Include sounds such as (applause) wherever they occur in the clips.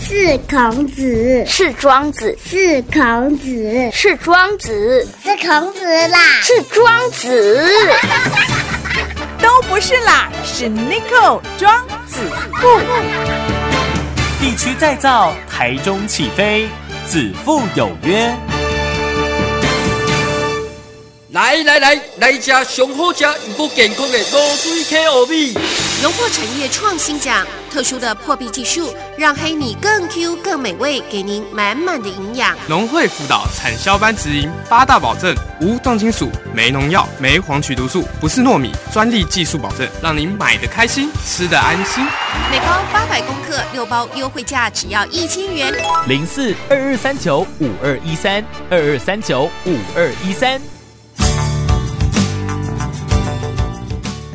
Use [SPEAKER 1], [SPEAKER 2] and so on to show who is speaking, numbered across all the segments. [SPEAKER 1] 是孔子，
[SPEAKER 2] 是庄子，
[SPEAKER 1] 是孔子，
[SPEAKER 2] 是庄子，
[SPEAKER 1] 是孔子啦，
[SPEAKER 2] 是庄子。
[SPEAKER 3] 都不是啦，是 n i c o 庄子富。
[SPEAKER 4] 地区再造，台中起飞，子父有约。
[SPEAKER 5] 来来来，来吃上好吃又够健康的卤水溪黑米。
[SPEAKER 6] 荣获产业创新奖，特殊的破壁技术让黑米更 Q 更美味，给您满满的营养。
[SPEAKER 7] 农会辅导产销班直营八大保证：无重金属、没农药、没黄曲毒素，不是糯米，专利技术保证，让您买的开心，吃的安心。
[SPEAKER 6] 每包八百公克，六包优惠价只要一千元。
[SPEAKER 4] 零四二二三九五二一三二二三九五二一三。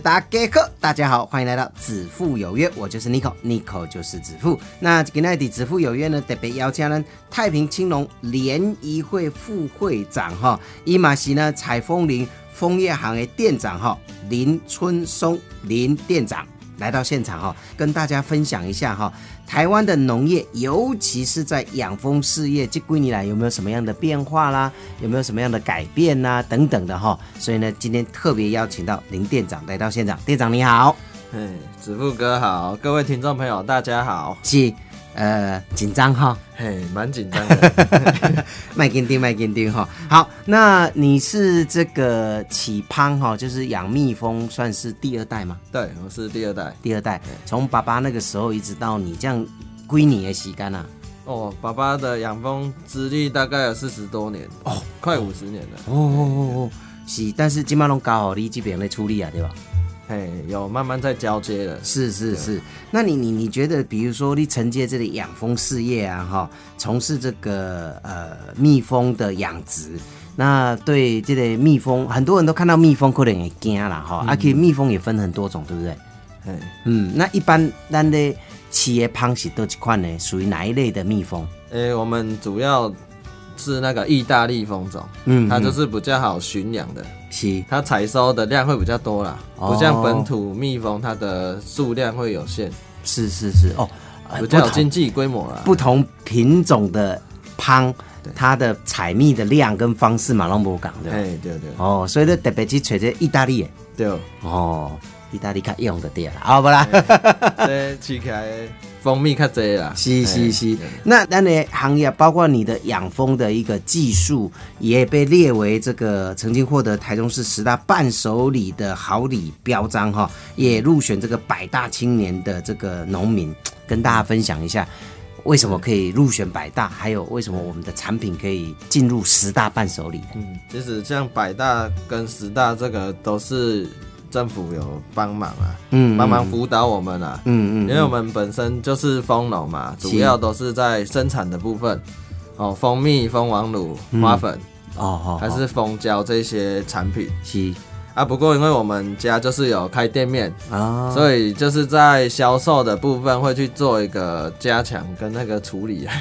[SPEAKER 8] 大家好，大家好，欢迎来到子父有约，我就是 Nico，Nico 就是子父。那今天的子父有约呢，特别邀请咱太平青龙联谊会副会长哈，伊嘛是呢彩风林枫叶行的店长哈，林春松林店长来到现场哈，跟大家分享一下哈，台湾的农业，尤其是在养蜂事业这归年来有没有什么样的变化啦，有没有什么样的改变呐、等等的哈。所以呢，今天特别邀请到林店长来到现场，店长你好，
[SPEAKER 9] 嘿，子富哥好，各位听众朋友大家好。
[SPEAKER 8] 是呃紧张哈， (laughs)
[SPEAKER 9] 嘿，蛮紧张的。
[SPEAKER 8] 麦金丁麦金丁哈。好，那你是这个起胖哈，就是养蜜蜂算是第二代吗？
[SPEAKER 9] (laughs) 对，我是第二代。
[SPEAKER 8] 第二代，从爸爸那个时候一直到你这样归你的时间啊，
[SPEAKER 9] 哦，爸爸的养蜂资历大概有四十多年，哦，快五十年了。
[SPEAKER 8] 哦哦哦哦，是，但是金马龙搞好你这边来处理啊，对吧？
[SPEAKER 9] 嘿，有慢慢在交接了。
[SPEAKER 8] 是是是，那你你你觉得，比如说你承接这个养蜂事业啊，哈，从事这个呃蜜蜂的养殖，那对这个蜜蜂，很多人都看到蜜蜂可能会惊啦，哈、而且蜜蜂也分很多种，对不对？
[SPEAKER 9] 嘿，
[SPEAKER 8] 嗯，那一般咱的企业胖是多几款呢？属于哪一类的蜜蜂？
[SPEAKER 9] 诶、我们主要是那个意大利蜂种，
[SPEAKER 8] 嗯
[SPEAKER 9] 它就是比较好驯养的，
[SPEAKER 8] 是
[SPEAKER 9] 它采收的量会比较多啦，
[SPEAKER 8] 哦
[SPEAKER 9] 不像本土蜜蜂，它的数量会有限，
[SPEAKER 8] 是是是，哦，呃
[SPEAKER 9] 比较有
[SPEAKER 8] 不同
[SPEAKER 9] 经济规模啦。
[SPEAKER 8] 不同品种的胖，它的采蜜的量跟方式嘛，拢无共对吧。
[SPEAKER 9] 嘿，对对
[SPEAKER 8] 哦，所以咧特别去找这意大利的，
[SPEAKER 9] 对，
[SPEAKER 8] 哦，意大利较用的对啦，啊、不啦，
[SPEAKER 9] (laughs) 这吃起来蜂蜜较济啦。
[SPEAKER 8] 是是
[SPEAKER 9] 嘿
[SPEAKER 8] 是。那咱的行业包括你的养蜂的一个技术，也被列为这个曾经获得台中市十大伴手礼的好礼标章哈，也入选这个百大青年的这个农民，跟大家分享一下。为什么可以入选百大？还有为什么我们的产品可以进入十大伴手礼？
[SPEAKER 9] 嗯，其实像百大跟十大这个都是政府有帮忙啊，
[SPEAKER 8] 嗯
[SPEAKER 9] 帮忙辅导我们啊，
[SPEAKER 8] 嗯嗯嗯
[SPEAKER 9] 因为我们本身就是蜂农嘛，
[SPEAKER 8] 是
[SPEAKER 9] 主要都是在生产的部分，哦，蜂蜜、蜂王乳、花粉、
[SPEAKER 8] 哦哦，
[SPEAKER 9] 还是蜂胶这些产品
[SPEAKER 8] 是
[SPEAKER 9] 啊。不过因为我们家就是有开店面，
[SPEAKER 8] 啊，
[SPEAKER 9] 所以就是在销售的部分会去做一个加强跟那个处理啊。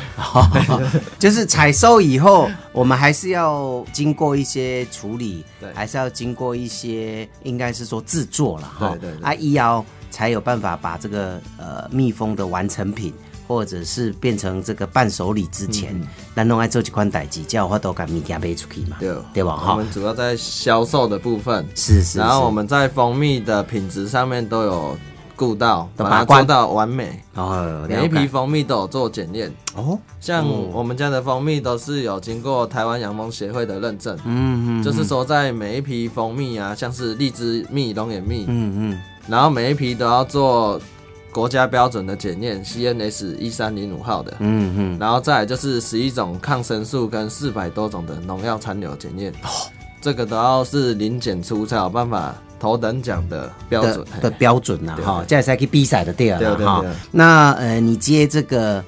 [SPEAKER 8] (laughs) 就是采收以后，我们还是要经过一些处理
[SPEAKER 9] 对，
[SPEAKER 8] 还是要经过一些，应该是说制作了哈。
[SPEAKER 9] 对对对
[SPEAKER 8] 啊，医药才有办法把这个呃蜜蜂的完成品，或者是变成这个伴手礼之前，
[SPEAKER 9] 嗯
[SPEAKER 8] 咱拢爱做几款代志，才有法度把物件卖出去嘛，
[SPEAKER 9] 对
[SPEAKER 8] 对吧？
[SPEAKER 9] 我
[SPEAKER 8] 哈，
[SPEAKER 9] 们主要在销售的部分，
[SPEAKER 8] 是是。
[SPEAKER 9] 然后我
[SPEAKER 8] 是
[SPEAKER 9] 们在蜂蜜的品质上面都有顾到，
[SPEAKER 8] 都
[SPEAKER 9] 把
[SPEAKER 8] 把
[SPEAKER 9] 它
[SPEAKER 8] 关
[SPEAKER 9] 做到完美。
[SPEAKER 8] 哦，
[SPEAKER 9] 每一
[SPEAKER 8] 了解
[SPEAKER 9] 批蜂蜜都有做检验，
[SPEAKER 8] 哦，
[SPEAKER 9] 像我们家的蜂蜜都是有经过台湾养蜂协会的认证，
[SPEAKER 8] 嗯嗯
[SPEAKER 9] 就是说在每一批蜂蜜啊，像是荔枝蜜、龙眼蜜，
[SPEAKER 8] 嗯嗯，
[SPEAKER 9] 然后每一批都要做国家标准的检验 CNS 一三零五号的，
[SPEAKER 8] 嗯嗯，
[SPEAKER 9] 然后再来就是十一种抗生素跟四百多种的农药残留检验，
[SPEAKER 8] 哦
[SPEAKER 9] 这个都要是零检出才有办法头等奖的标
[SPEAKER 8] 的
[SPEAKER 9] 准。嘿
[SPEAKER 8] 的标准呐，
[SPEAKER 9] 对
[SPEAKER 8] 哈，
[SPEAKER 9] 对
[SPEAKER 8] 这样才去比赛的对了
[SPEAKER 9] 对
[SPEAKER 8] 啦
[SPEAKER 9] 对
[SPEAKER 8] 哈
[SPEAKER 9] 对。
[SPEAKER 8] 那呃，你接这个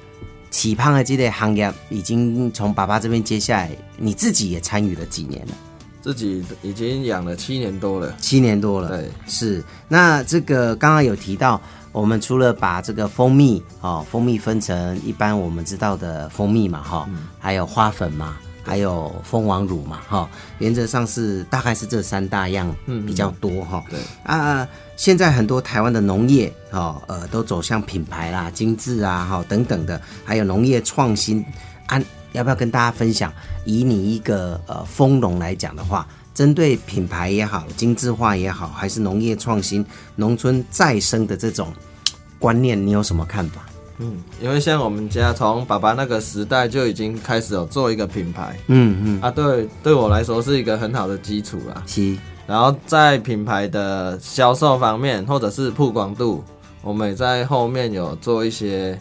[SPEAKER 8] 起胖的这类行业，已经从爸爸这边接下来，你自己也参与了几年了，
[SPEAKER 9] 自己已经养了七年多了。
[SPEAKER 8] 七年多了。
[SPEAKER 9] 对，
[SPEAKER 8] 是。那这个刚刚有提到，我们除了把这个蜂
[SPEAKER 9] 嗯
[SPEAKER 8] 蜜哦，蜂蜜分成一般我们知道的蜂蜜嘛，哈、还有花粉嘛，还有蜂王乳嘛，哈、原则上是大概是这三大样比较多哈、
[SPEAKER 9] 嗯对
[SPEAKER 8] 啊，现在很多台湾的农业哦，呃，都走向品牌啦、精致啊、哈、等等的，还有农业创新。安要不要跟大家分享？以你一个呃丰农来讲的话，针对品牌也好、精致化也好，还是农业创新、农村再生的这种嘖观念，你有什么看法？
[SPEAKER 9] 嗯，因为像我们家从爸爸那个时代就已经开始有做一个品牌，
[SPEAKER 8] 嗯嗯，
[SPEAKER 9] 啊对，对我来说是一个很好的基础啦。
[SPEAKER 8] 七
[SPEAKER 9] 然后在品牌的销售方面，或者是曝光度，我们也在后面有做一些，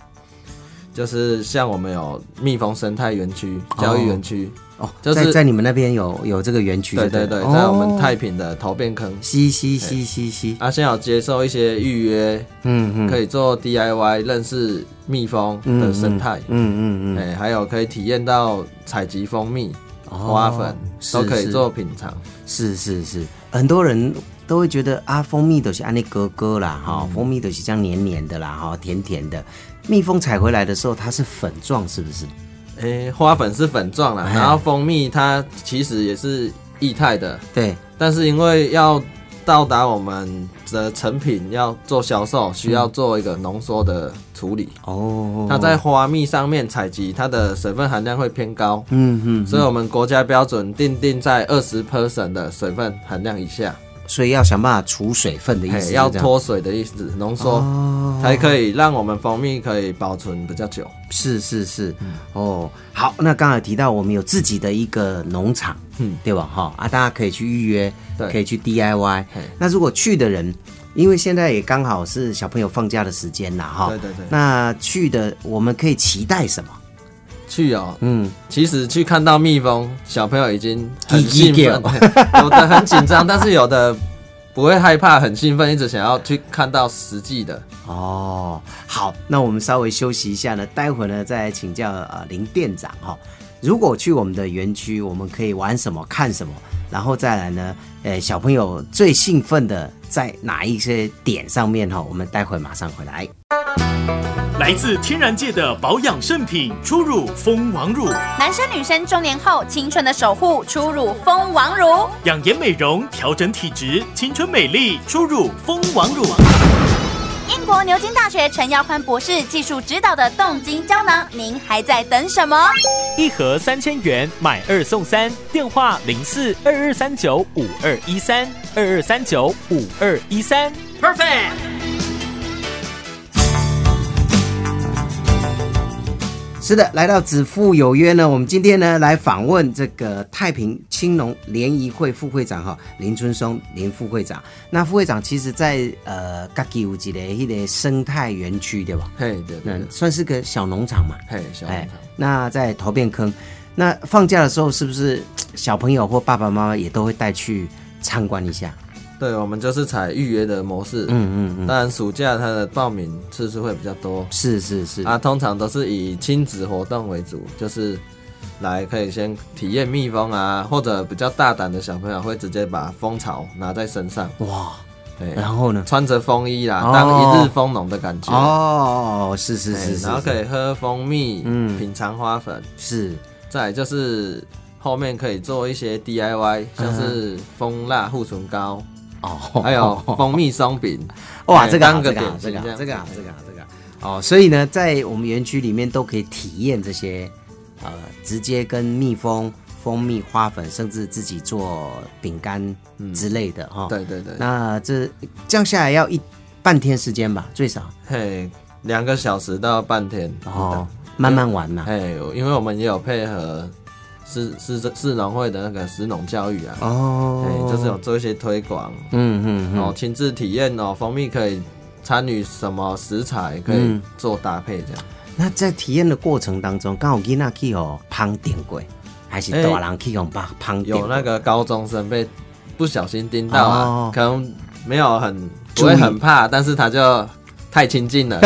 [SPEAKER 9] 就是像我们有蜜蜂生态园区、教育园区，
[SPEAKER 8] 哦，
[SPEAKER 9] 就
[SPEAKER 8] 在
[SPEAKER 9] 是
[SPEAKER 8] 在你们那边有有这个园区
[SPEAKER 9] 对
[SPEAKER 8] 对哦
[SPEAKER 9] 对
[SPEAKER 8] 不
[SPEAKER 9] 对，在我们
[SPEAKER 8] 太
[SPEAKER 9] 太平的头变坑。
[SPEAKER 8] 西西西西西，
[SPEAKER 9] 啊，现在有接受一些预约，
[SPEAKER 8] 嗯嗯，
[SPEAKER 9] 可
[SPEAKER 8] 以，
[SPEAKER 9] 以做 DIY 认识蜜蜂的生态，
[SPEAKER 8] 嗯嗯嗯，
[SPEAKER 9] 哎，还有可以体验到采集蜂蜜、
[SPEAKER 8] 哦
[SPEAKER 9] 花粉，
[SPEAKER 8] 是
[SPEAKER 9] 都可以
[SPEAKER 8] 是
[SPEAKER 9] 做品尝。
[SPEAKER 8] 是是是，很多人都会觉得啊，蜂蜜都是安利哥哥啦，
[SPEAKER 9] 嗯
[SPEAKER 8] 哈、蜂蜜都是这样黏黏的啦，哈，甜甜的。蜜蜂采回来的时候，它是粉状，是不是？
[SPEAKER 9] 诶、哎花粉是粉状啦，
[SPEAKER 8] 哎
[SPEAKER 9] 然后蜂蜜它其实也是液态的，
[SPEAKER 8] 对，
[SPEAKER 9] 但是因为要到达我们的成品要做销售，需要做一个浓缩的处理。
[SPEAKER 8] 哦，
[SPEAKER 9] 它在花蜜上面采集，它的水分含量会偏高，
[SPEAKER 8] 嗯嗯，
[SPEAKER 9] 所以我们国家标准定定在二十 percent 的水分含量以下，
[SPEAKER 8] 所以要想办法除水分的意
[SPEAKER 9] 嘿
[SPEAKER 8] 思，
[SPEAKER 9] 要
[SPEAKER 8] 是这样哦
[SPEAKER 9] 脱水的意思，浓缩、才可以让我们蜂蜜可以保存比较久。
[SPEAKER 8] 是是是，哦，好，那刚才提到我们有自己的一个农场，嗯
[SPEAKER 9] 嗯，
[SPEAKER 8] 对吧？哈啊，大家可以去预约，
[SPEAKER 9] 对
[SPEAKER 8] 可以去 DIY
[SPEAKER 9] 嘿。
[SPEAKER 8] 那如果去的人，因为现在也刚好是小朋友放假的时间啦，哈，
[SPEAKER 9] 对对对
[SPEAKER 8] 那去的我们可以期待什么？
[SPEAKER 9] 去哦，
[SPEAKER 8] 嗯，
[SPEAKER 9] 其实去看到蜜蜂，小朋友已经很
[SPEAKER 8] 叽
[SPEAKER 9] 兴
[SPEAKER 8] 叽
[SPEAKER 9] 奋， (laughs) 有的很紧张，但是有的不会害怕，很兴奋，一直想要去看到实际的。
[SPEAKER 8] 哦，好，那我们稍微休息一下呢，待会儿呢再请教呃林店长哈、如果去我们的园区，我们可以玩什么、看什么，然后再来呢，呃，小朋友最兴奋的在哪一些点上面哈、我们待会儿马上回来。
[SPEAKER 4] 来自天然界的保养圣品初乳蜂王乳，
[SPEAKER 10] 男生女生中年后青春的守护，初乳蜂王乳。
[SPEAKER 4] 养颜美容，调整体质，青春美丽，初乳蜂王乳。
[SPEAKER 10] 英国牛津大学陈耀宽博士技术指导的冻精胶囊，您还在等什么？
[SPEAKER 4] 一盒三千元，买二送三。电话零四二二三九五二一三二二三九五二一三。
[SPEAKER 8] 是的，来到子父有约呢，我们今天呢来访问这个太平青农联谊会副会长哈林春松林副会长。那副会长其实在呃，嘎吉有一个一个生态园区对吧？
[SPEAKER 9] 嘿，对对
[SPEAKER 8] 那
[SPEAKER 9] 对，
[SPEAKER 8] 嗯算是个小农场嘛。
[SPEAKER 9] 嘿，小农
[SPEAKER 8] 哎
[SPEAKER 9] 场，
[SPEAKER 8] 那在头变坑，那放假的时候是不是小朋友或爸爸妈妈也都会带去参观一下？
[SPEAKER 9] 对我们就是采预约的模式。
[SPEAKER 8] 嗯嗯嗯，
[SPEAKER 9] 当然，暑假它的报名次数会比较多
[SPEAKER 8] 是是是
[SPEAKER 9] 啊，通常都是以亲子活动为主，就是来可以先体验蜜蜂啊，或者比较大胆的小朋友会直接把蜂巢拿在身上，
[SPEAKER 8] 哇，
[SPEAKER 9] 对，
[SPEAKER 8] 然后呢？
[SPEAKER 9] 穿着风衣啦，
[SPEAKER 8] 哦
[SPEAKER 9] 当一日蜂农的感觉。
[SPEAKER 8] 哦，是是
[SPEAKER 9] 哎
[SPEAKER 8] 是是，
[SPEAKER 9] 然后可以喝蜂蜜，
[SPEAKER 8] 嗯
[SPEAKER 9] 品尝花粉，
[SPEAKER 8] 是
[SPEAKER 9] 再来就是后面可以做一些 DIY，像是蜂蜡护唇膏，
[SPEAKER 8] 嗯哦，(laughs)
[SPEAKER 9] 还有蜂蜜松饼。
[SPEAKER 8] 哇，
[SPEAKER 9] 哎
[SPEAKER 8] 这个好
[SPEAKER 9] 当
[SPEAKER 8] 这
[SPEAKER 9] 个
[SPEAKER 8] 个好
[SPEAKER 9] 点
[SPEAKER 8] 这
[SPEAKER 9] 心
[SPEAKER 8] 个好这
[SPEAKER 9] 这
[SPEAKER 8] 个
[SPEAKER 9] 样
[SPEAKER 8] 好这个好这个好哦，所以呢，在我们园区里面都可以体验这些呃，直接跟蜜蜂、蜂蜜、花粉，甚至自己做饼干之类的哈。
[SPEAKER 9] 嗯对对对，
[SPEAKER 8] 哦那这这样下来要一半天时间吧，最少
[SPEAKER 9] 嘿，两个小时到半天。
[SPEAKER 8] 哦，，慢慢玩嘛。
[SPEAKER 9] 嘿，因为我们也有配合市市市农会的那个食农教育啊，
[SPEAKER 8] 哦
[SPEAKER 9] 哎，就是有哦做一些推广，
[SPEAKER 8] 嗯嗯
[SPEAKER 9] 然后
[SPEAKER 8] 嗯，
[SPEAKER 9] 亲自体验哦，蜂蜜可以参与什么食材，可以
[SPEAKER 8] 嗯
[SPEAKER 9] 做搭配这样。
[SPEAKER 8] 那在体验的过程当中，刚好囡仔去哦胖点过，还是大人去用把胖点
[SPEAKER 9] 有那个高中生被不小心叮到啊，
[SPEAKER 8] 哦
[SPEAKER 9] 可能没有很
[SPEAKER 8] 注
[SPEAKER 9] 不
[SPEAKER 8] 意
[SPEAKER 9] 会很怕，但是他就太亲
[SPEAKER 8] (laughs)
[SPEAKER 9] 近了，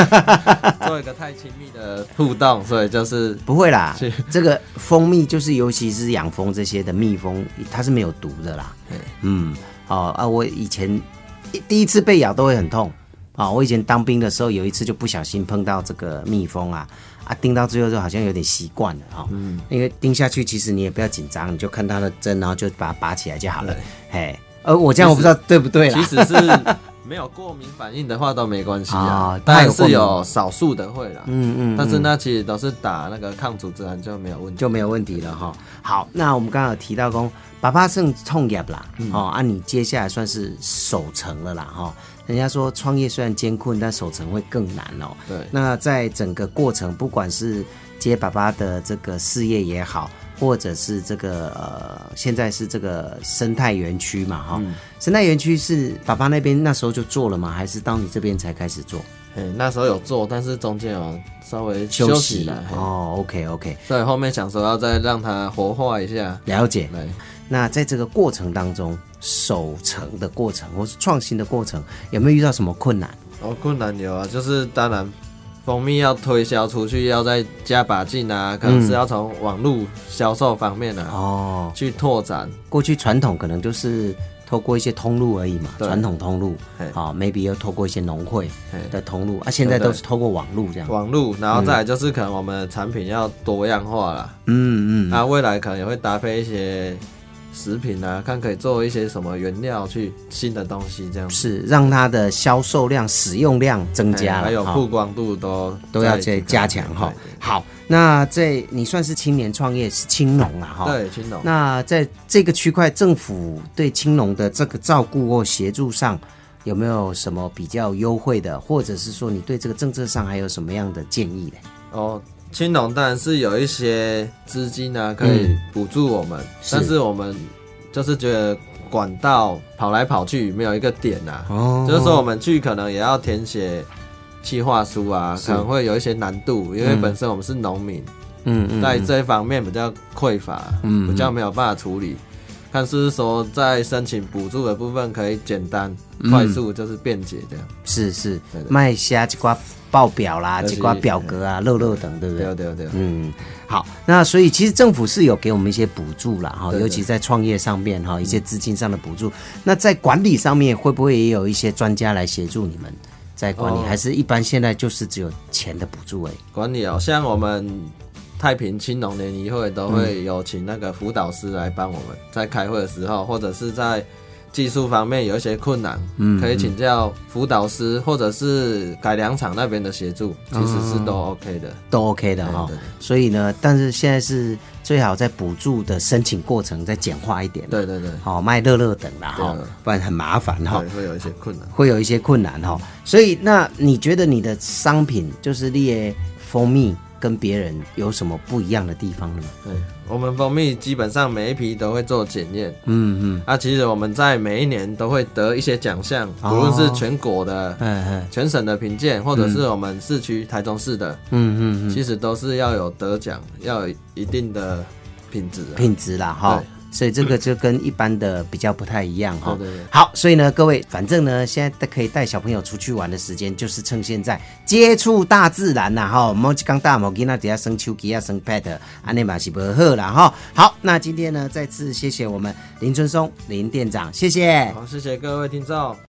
[SPEAKER 9] 做一个太亲密的互动，所以就是
[SPEAKER 8] 不会啦
[SPEAKER 9] 是，
[SPEAKER 8] 这个蜂蜜就是尤其是养蜂这些的蜜蜂，它是没有毒的啦
[SPEAKER 9] 对。
[SPEAKER 8] 嗯，哦啊，我以前一第一次被咬都会很痛，啊、我以前当兵的时候，有一次就不小心碰到这个蜜蜂啊，啊，叮到最后就好像有点习惯了哈、嗯，因为叮下去，其实你也不要紧张，你就看它的针，然后就把它拔起来就好了。嘿，而我这样我不知道对不对啦。啊
[SPEAKER 9] 其实是没有过敏反应的话都没关系啊
[SPEAKER 8] 哦，
[SPEAKER 9] 当
[SPEAKER 8] 它
[SPEAKER 9] 然
[SPEAKER 8] 有过
[SPEAKER 9] 是
[SPEAKER 8] 敏
[SPEAKER 9] 有少数的会啦，
[SPEAKER 8] 嗯嗯
[SPEAKER 9] 但是那其实都是打那个抗组织胺就没有问题，
[SPEAKER 8] 就没有问题了哈。好，那我们刚刚有提到讲，爸爸算创业啦，哦，啊，你接下来算是守成了啦哈。人家说创业虽然艰困，但守成会更难哦。
[SPEAKER 9] 对
[SPEAKER 8] 那在整个过程，不管是接爸爸的这个事业也好，或者是这个呃，现在是这个生态园区嘛哈、生态园区是爸爸那边那时候就做了吗？还是到你这边才开始做？
[SPEAKER 9] 嘿，那时候有做，但是中间有稍微息了，嘿
[SPEAKER 8] 哦，OK OK，
[SPEAKER 9] 所以后面想说要再让它活化一下，
[SPEAKER 8] 了解。
[SPEAKER 9] 对，
[SPEAKER 8] 那在这个过程当中，守成的过程或是创新的过程，有没有遇到什么困难？
[SPEAKER 9] 哦，困难有啊，就是当然蜂蜜要推销出去，要再加把劲啊，可能是要从网络销售方面啊、
[SPEAKER 8] 哦，
[SPEAKER 9] 去拓展，
[SPEAKER 8] 过去传统可能就是透过一些通路而已嘛，
[SPEAKER 9] 对
[SPEAKER 8] 传统通路
[SPEAKER 9] 嘿
[SPEAKER 8] 啊、m a y b e 又透过一些农会
[SPEAKER 9] 嘿
[SPEAKER 8] 的通路啊，现在
[SPEAKER 9] 对对
[SPEAKER 8] 都是透过网路这样。
[SPEAKER 9] 网络，然后再来就是可能我们的产品要多样化啦，
[SPEAKER 8] 嗯嗯，
[SPEAKER 9] 那、未来可能也会搭配一些食品啊，看可以做一些什么原料去新的东西这样子。
[SPEAKER 8] 是让它的销售量、使用量增加
[SPEAKER 9] 哎
[SPEAKER 8] 了，
[SPEAKER 9] 还有
[SPEAKER 8] 哈
[SPEAKER 9] 曝光度都
[SPEAKER 8] 都要
[SPEAKER 9] 再
[SPEAKER 8] 再加强哈。好，那这你算是青年创业是青农啊了哈。
[SPEAKER 9] 对。对，青龙。
[SPEAKER 8] 那在这个区块，政府对青农的这个照顾或协助上，有没有什么比较优惠的，或者是说你对这个政策上还有什么样的建议呢？
[SPEAKER 9] 哦，青农当然是有一些资金呢、可以补助我们，
[SPEAKER 8] 嗯是
[SPEAKER 9] 但是我们就是觉得管道跑来跑去没有一个点呐、啊，
[SPEAKER 8] 哦
[SPEAKER 9] 就是说我们去可能也要填写计划书啊，可能会有一些难度，因为本身我们是农民，
[SPEAKER 8] 嗯嗯，
[SPEAKER 9] 在这一方面比较匮乏，
[SPEAKER 8] 嗯嗯
[SPEAKER 9] 比较没有办法处理。看是不是说在申请补助的部分可以简单、
[SPEAKER 8] 嗯
[SPEAKER 9] 快速，就是便捷这样。
[SPEAKER 8] 是是
[SPEAKER 9] 对对
[SPEAKER 8] 卖虾几瓜报表啦，
[SPEAKER 9] 就是
[SPEAKER 8] 几瓜表格啊，肉肉等，对不
[SPEAKER 9] 对啊
[SPEAKER 8] 对？
[SPEAKER 9] 对对，
[SPEAKER 8] 嗯，好，那所以其实政府是有给我们一些补助啦，哈，
[SPEAKER 9] 对对
[SPEAKER 8] 尤其在创业上面哈，一些资金上的补助。那在管理上面会不会也有一些专家来协助你们在管理，
[SPEAKER 9] 哦
[SPEAKER 8] 还是一般现在就是只有钱的补助而已？
[SPEAKER 9] 管理哦，像我们太平青农联谊会都会有请那个辅导师来帮我们，在开会的时候，或者是在技术方面有一些困难，
[SPEAKER 8] 嗯
[SPEAKER 9] 可以请教辅导师或者是改良场那边的协助，其实是都 OK 的。
[SPEAKER 8] 都 OK 的哈、
[SPEAKER 9] 对对
[SPEAKER 8] 所以呢，但是现在是最好在补助的申请过程再简化一点，
[SPEAKER 9] 对，对对，
[SPEAKER 8] 好、卖乐乐等啦哈
[SPEAKER 9] 对啊，
[SPEAKER 8] 不然很麻烦哈
[SPEAKER 9] 对，会有一些困难。
[SPEAKER 8] 会有一些困难哈。所以那你觉得你的商品就是列蜂蜜跟别人有什么不一样的地方呢？
[SPEAKER 9] 对，我们蜂蜜基本上每一批都会做检验，
[SPEAKER 8] 嗯嗯
[SPEAKER 9] 啊，其实我们在每一年都会得一些奖项，
[SPEAKER 8] 哦
[SPEAKER 9] 无论是全国的、
[SPEAKER 8] 嗯嗯
[SPEAKER 9] 全省的评鉴，或者是我们市区台中市的，
[SPEAKER 8] 嗯嗯嗯，
[SPEAKER 9] 其实都是要有得奖，要有一定的品质、啊。
[SPEAKER 8] 品质啦哈
[SPEAKER 9] 对。
[SPEAKER 8] 所以这个就跟一般的比较不太一样哈、
[SPEAKER 9] 对对对
[SPEAKER 8] 好，所以呢，各位，反正呢，现在可以带小朋友出去玩的时间，就是趁现在接触大自然啦哈。莫去讲大毛囡仔底下生手机啊，生 pad，安尼嘛是不好啦哈。好，那今天呢，再次谢谢我们林春松林店长，谢谢。
[SPEAKER 9] 好，谢谢各位听众。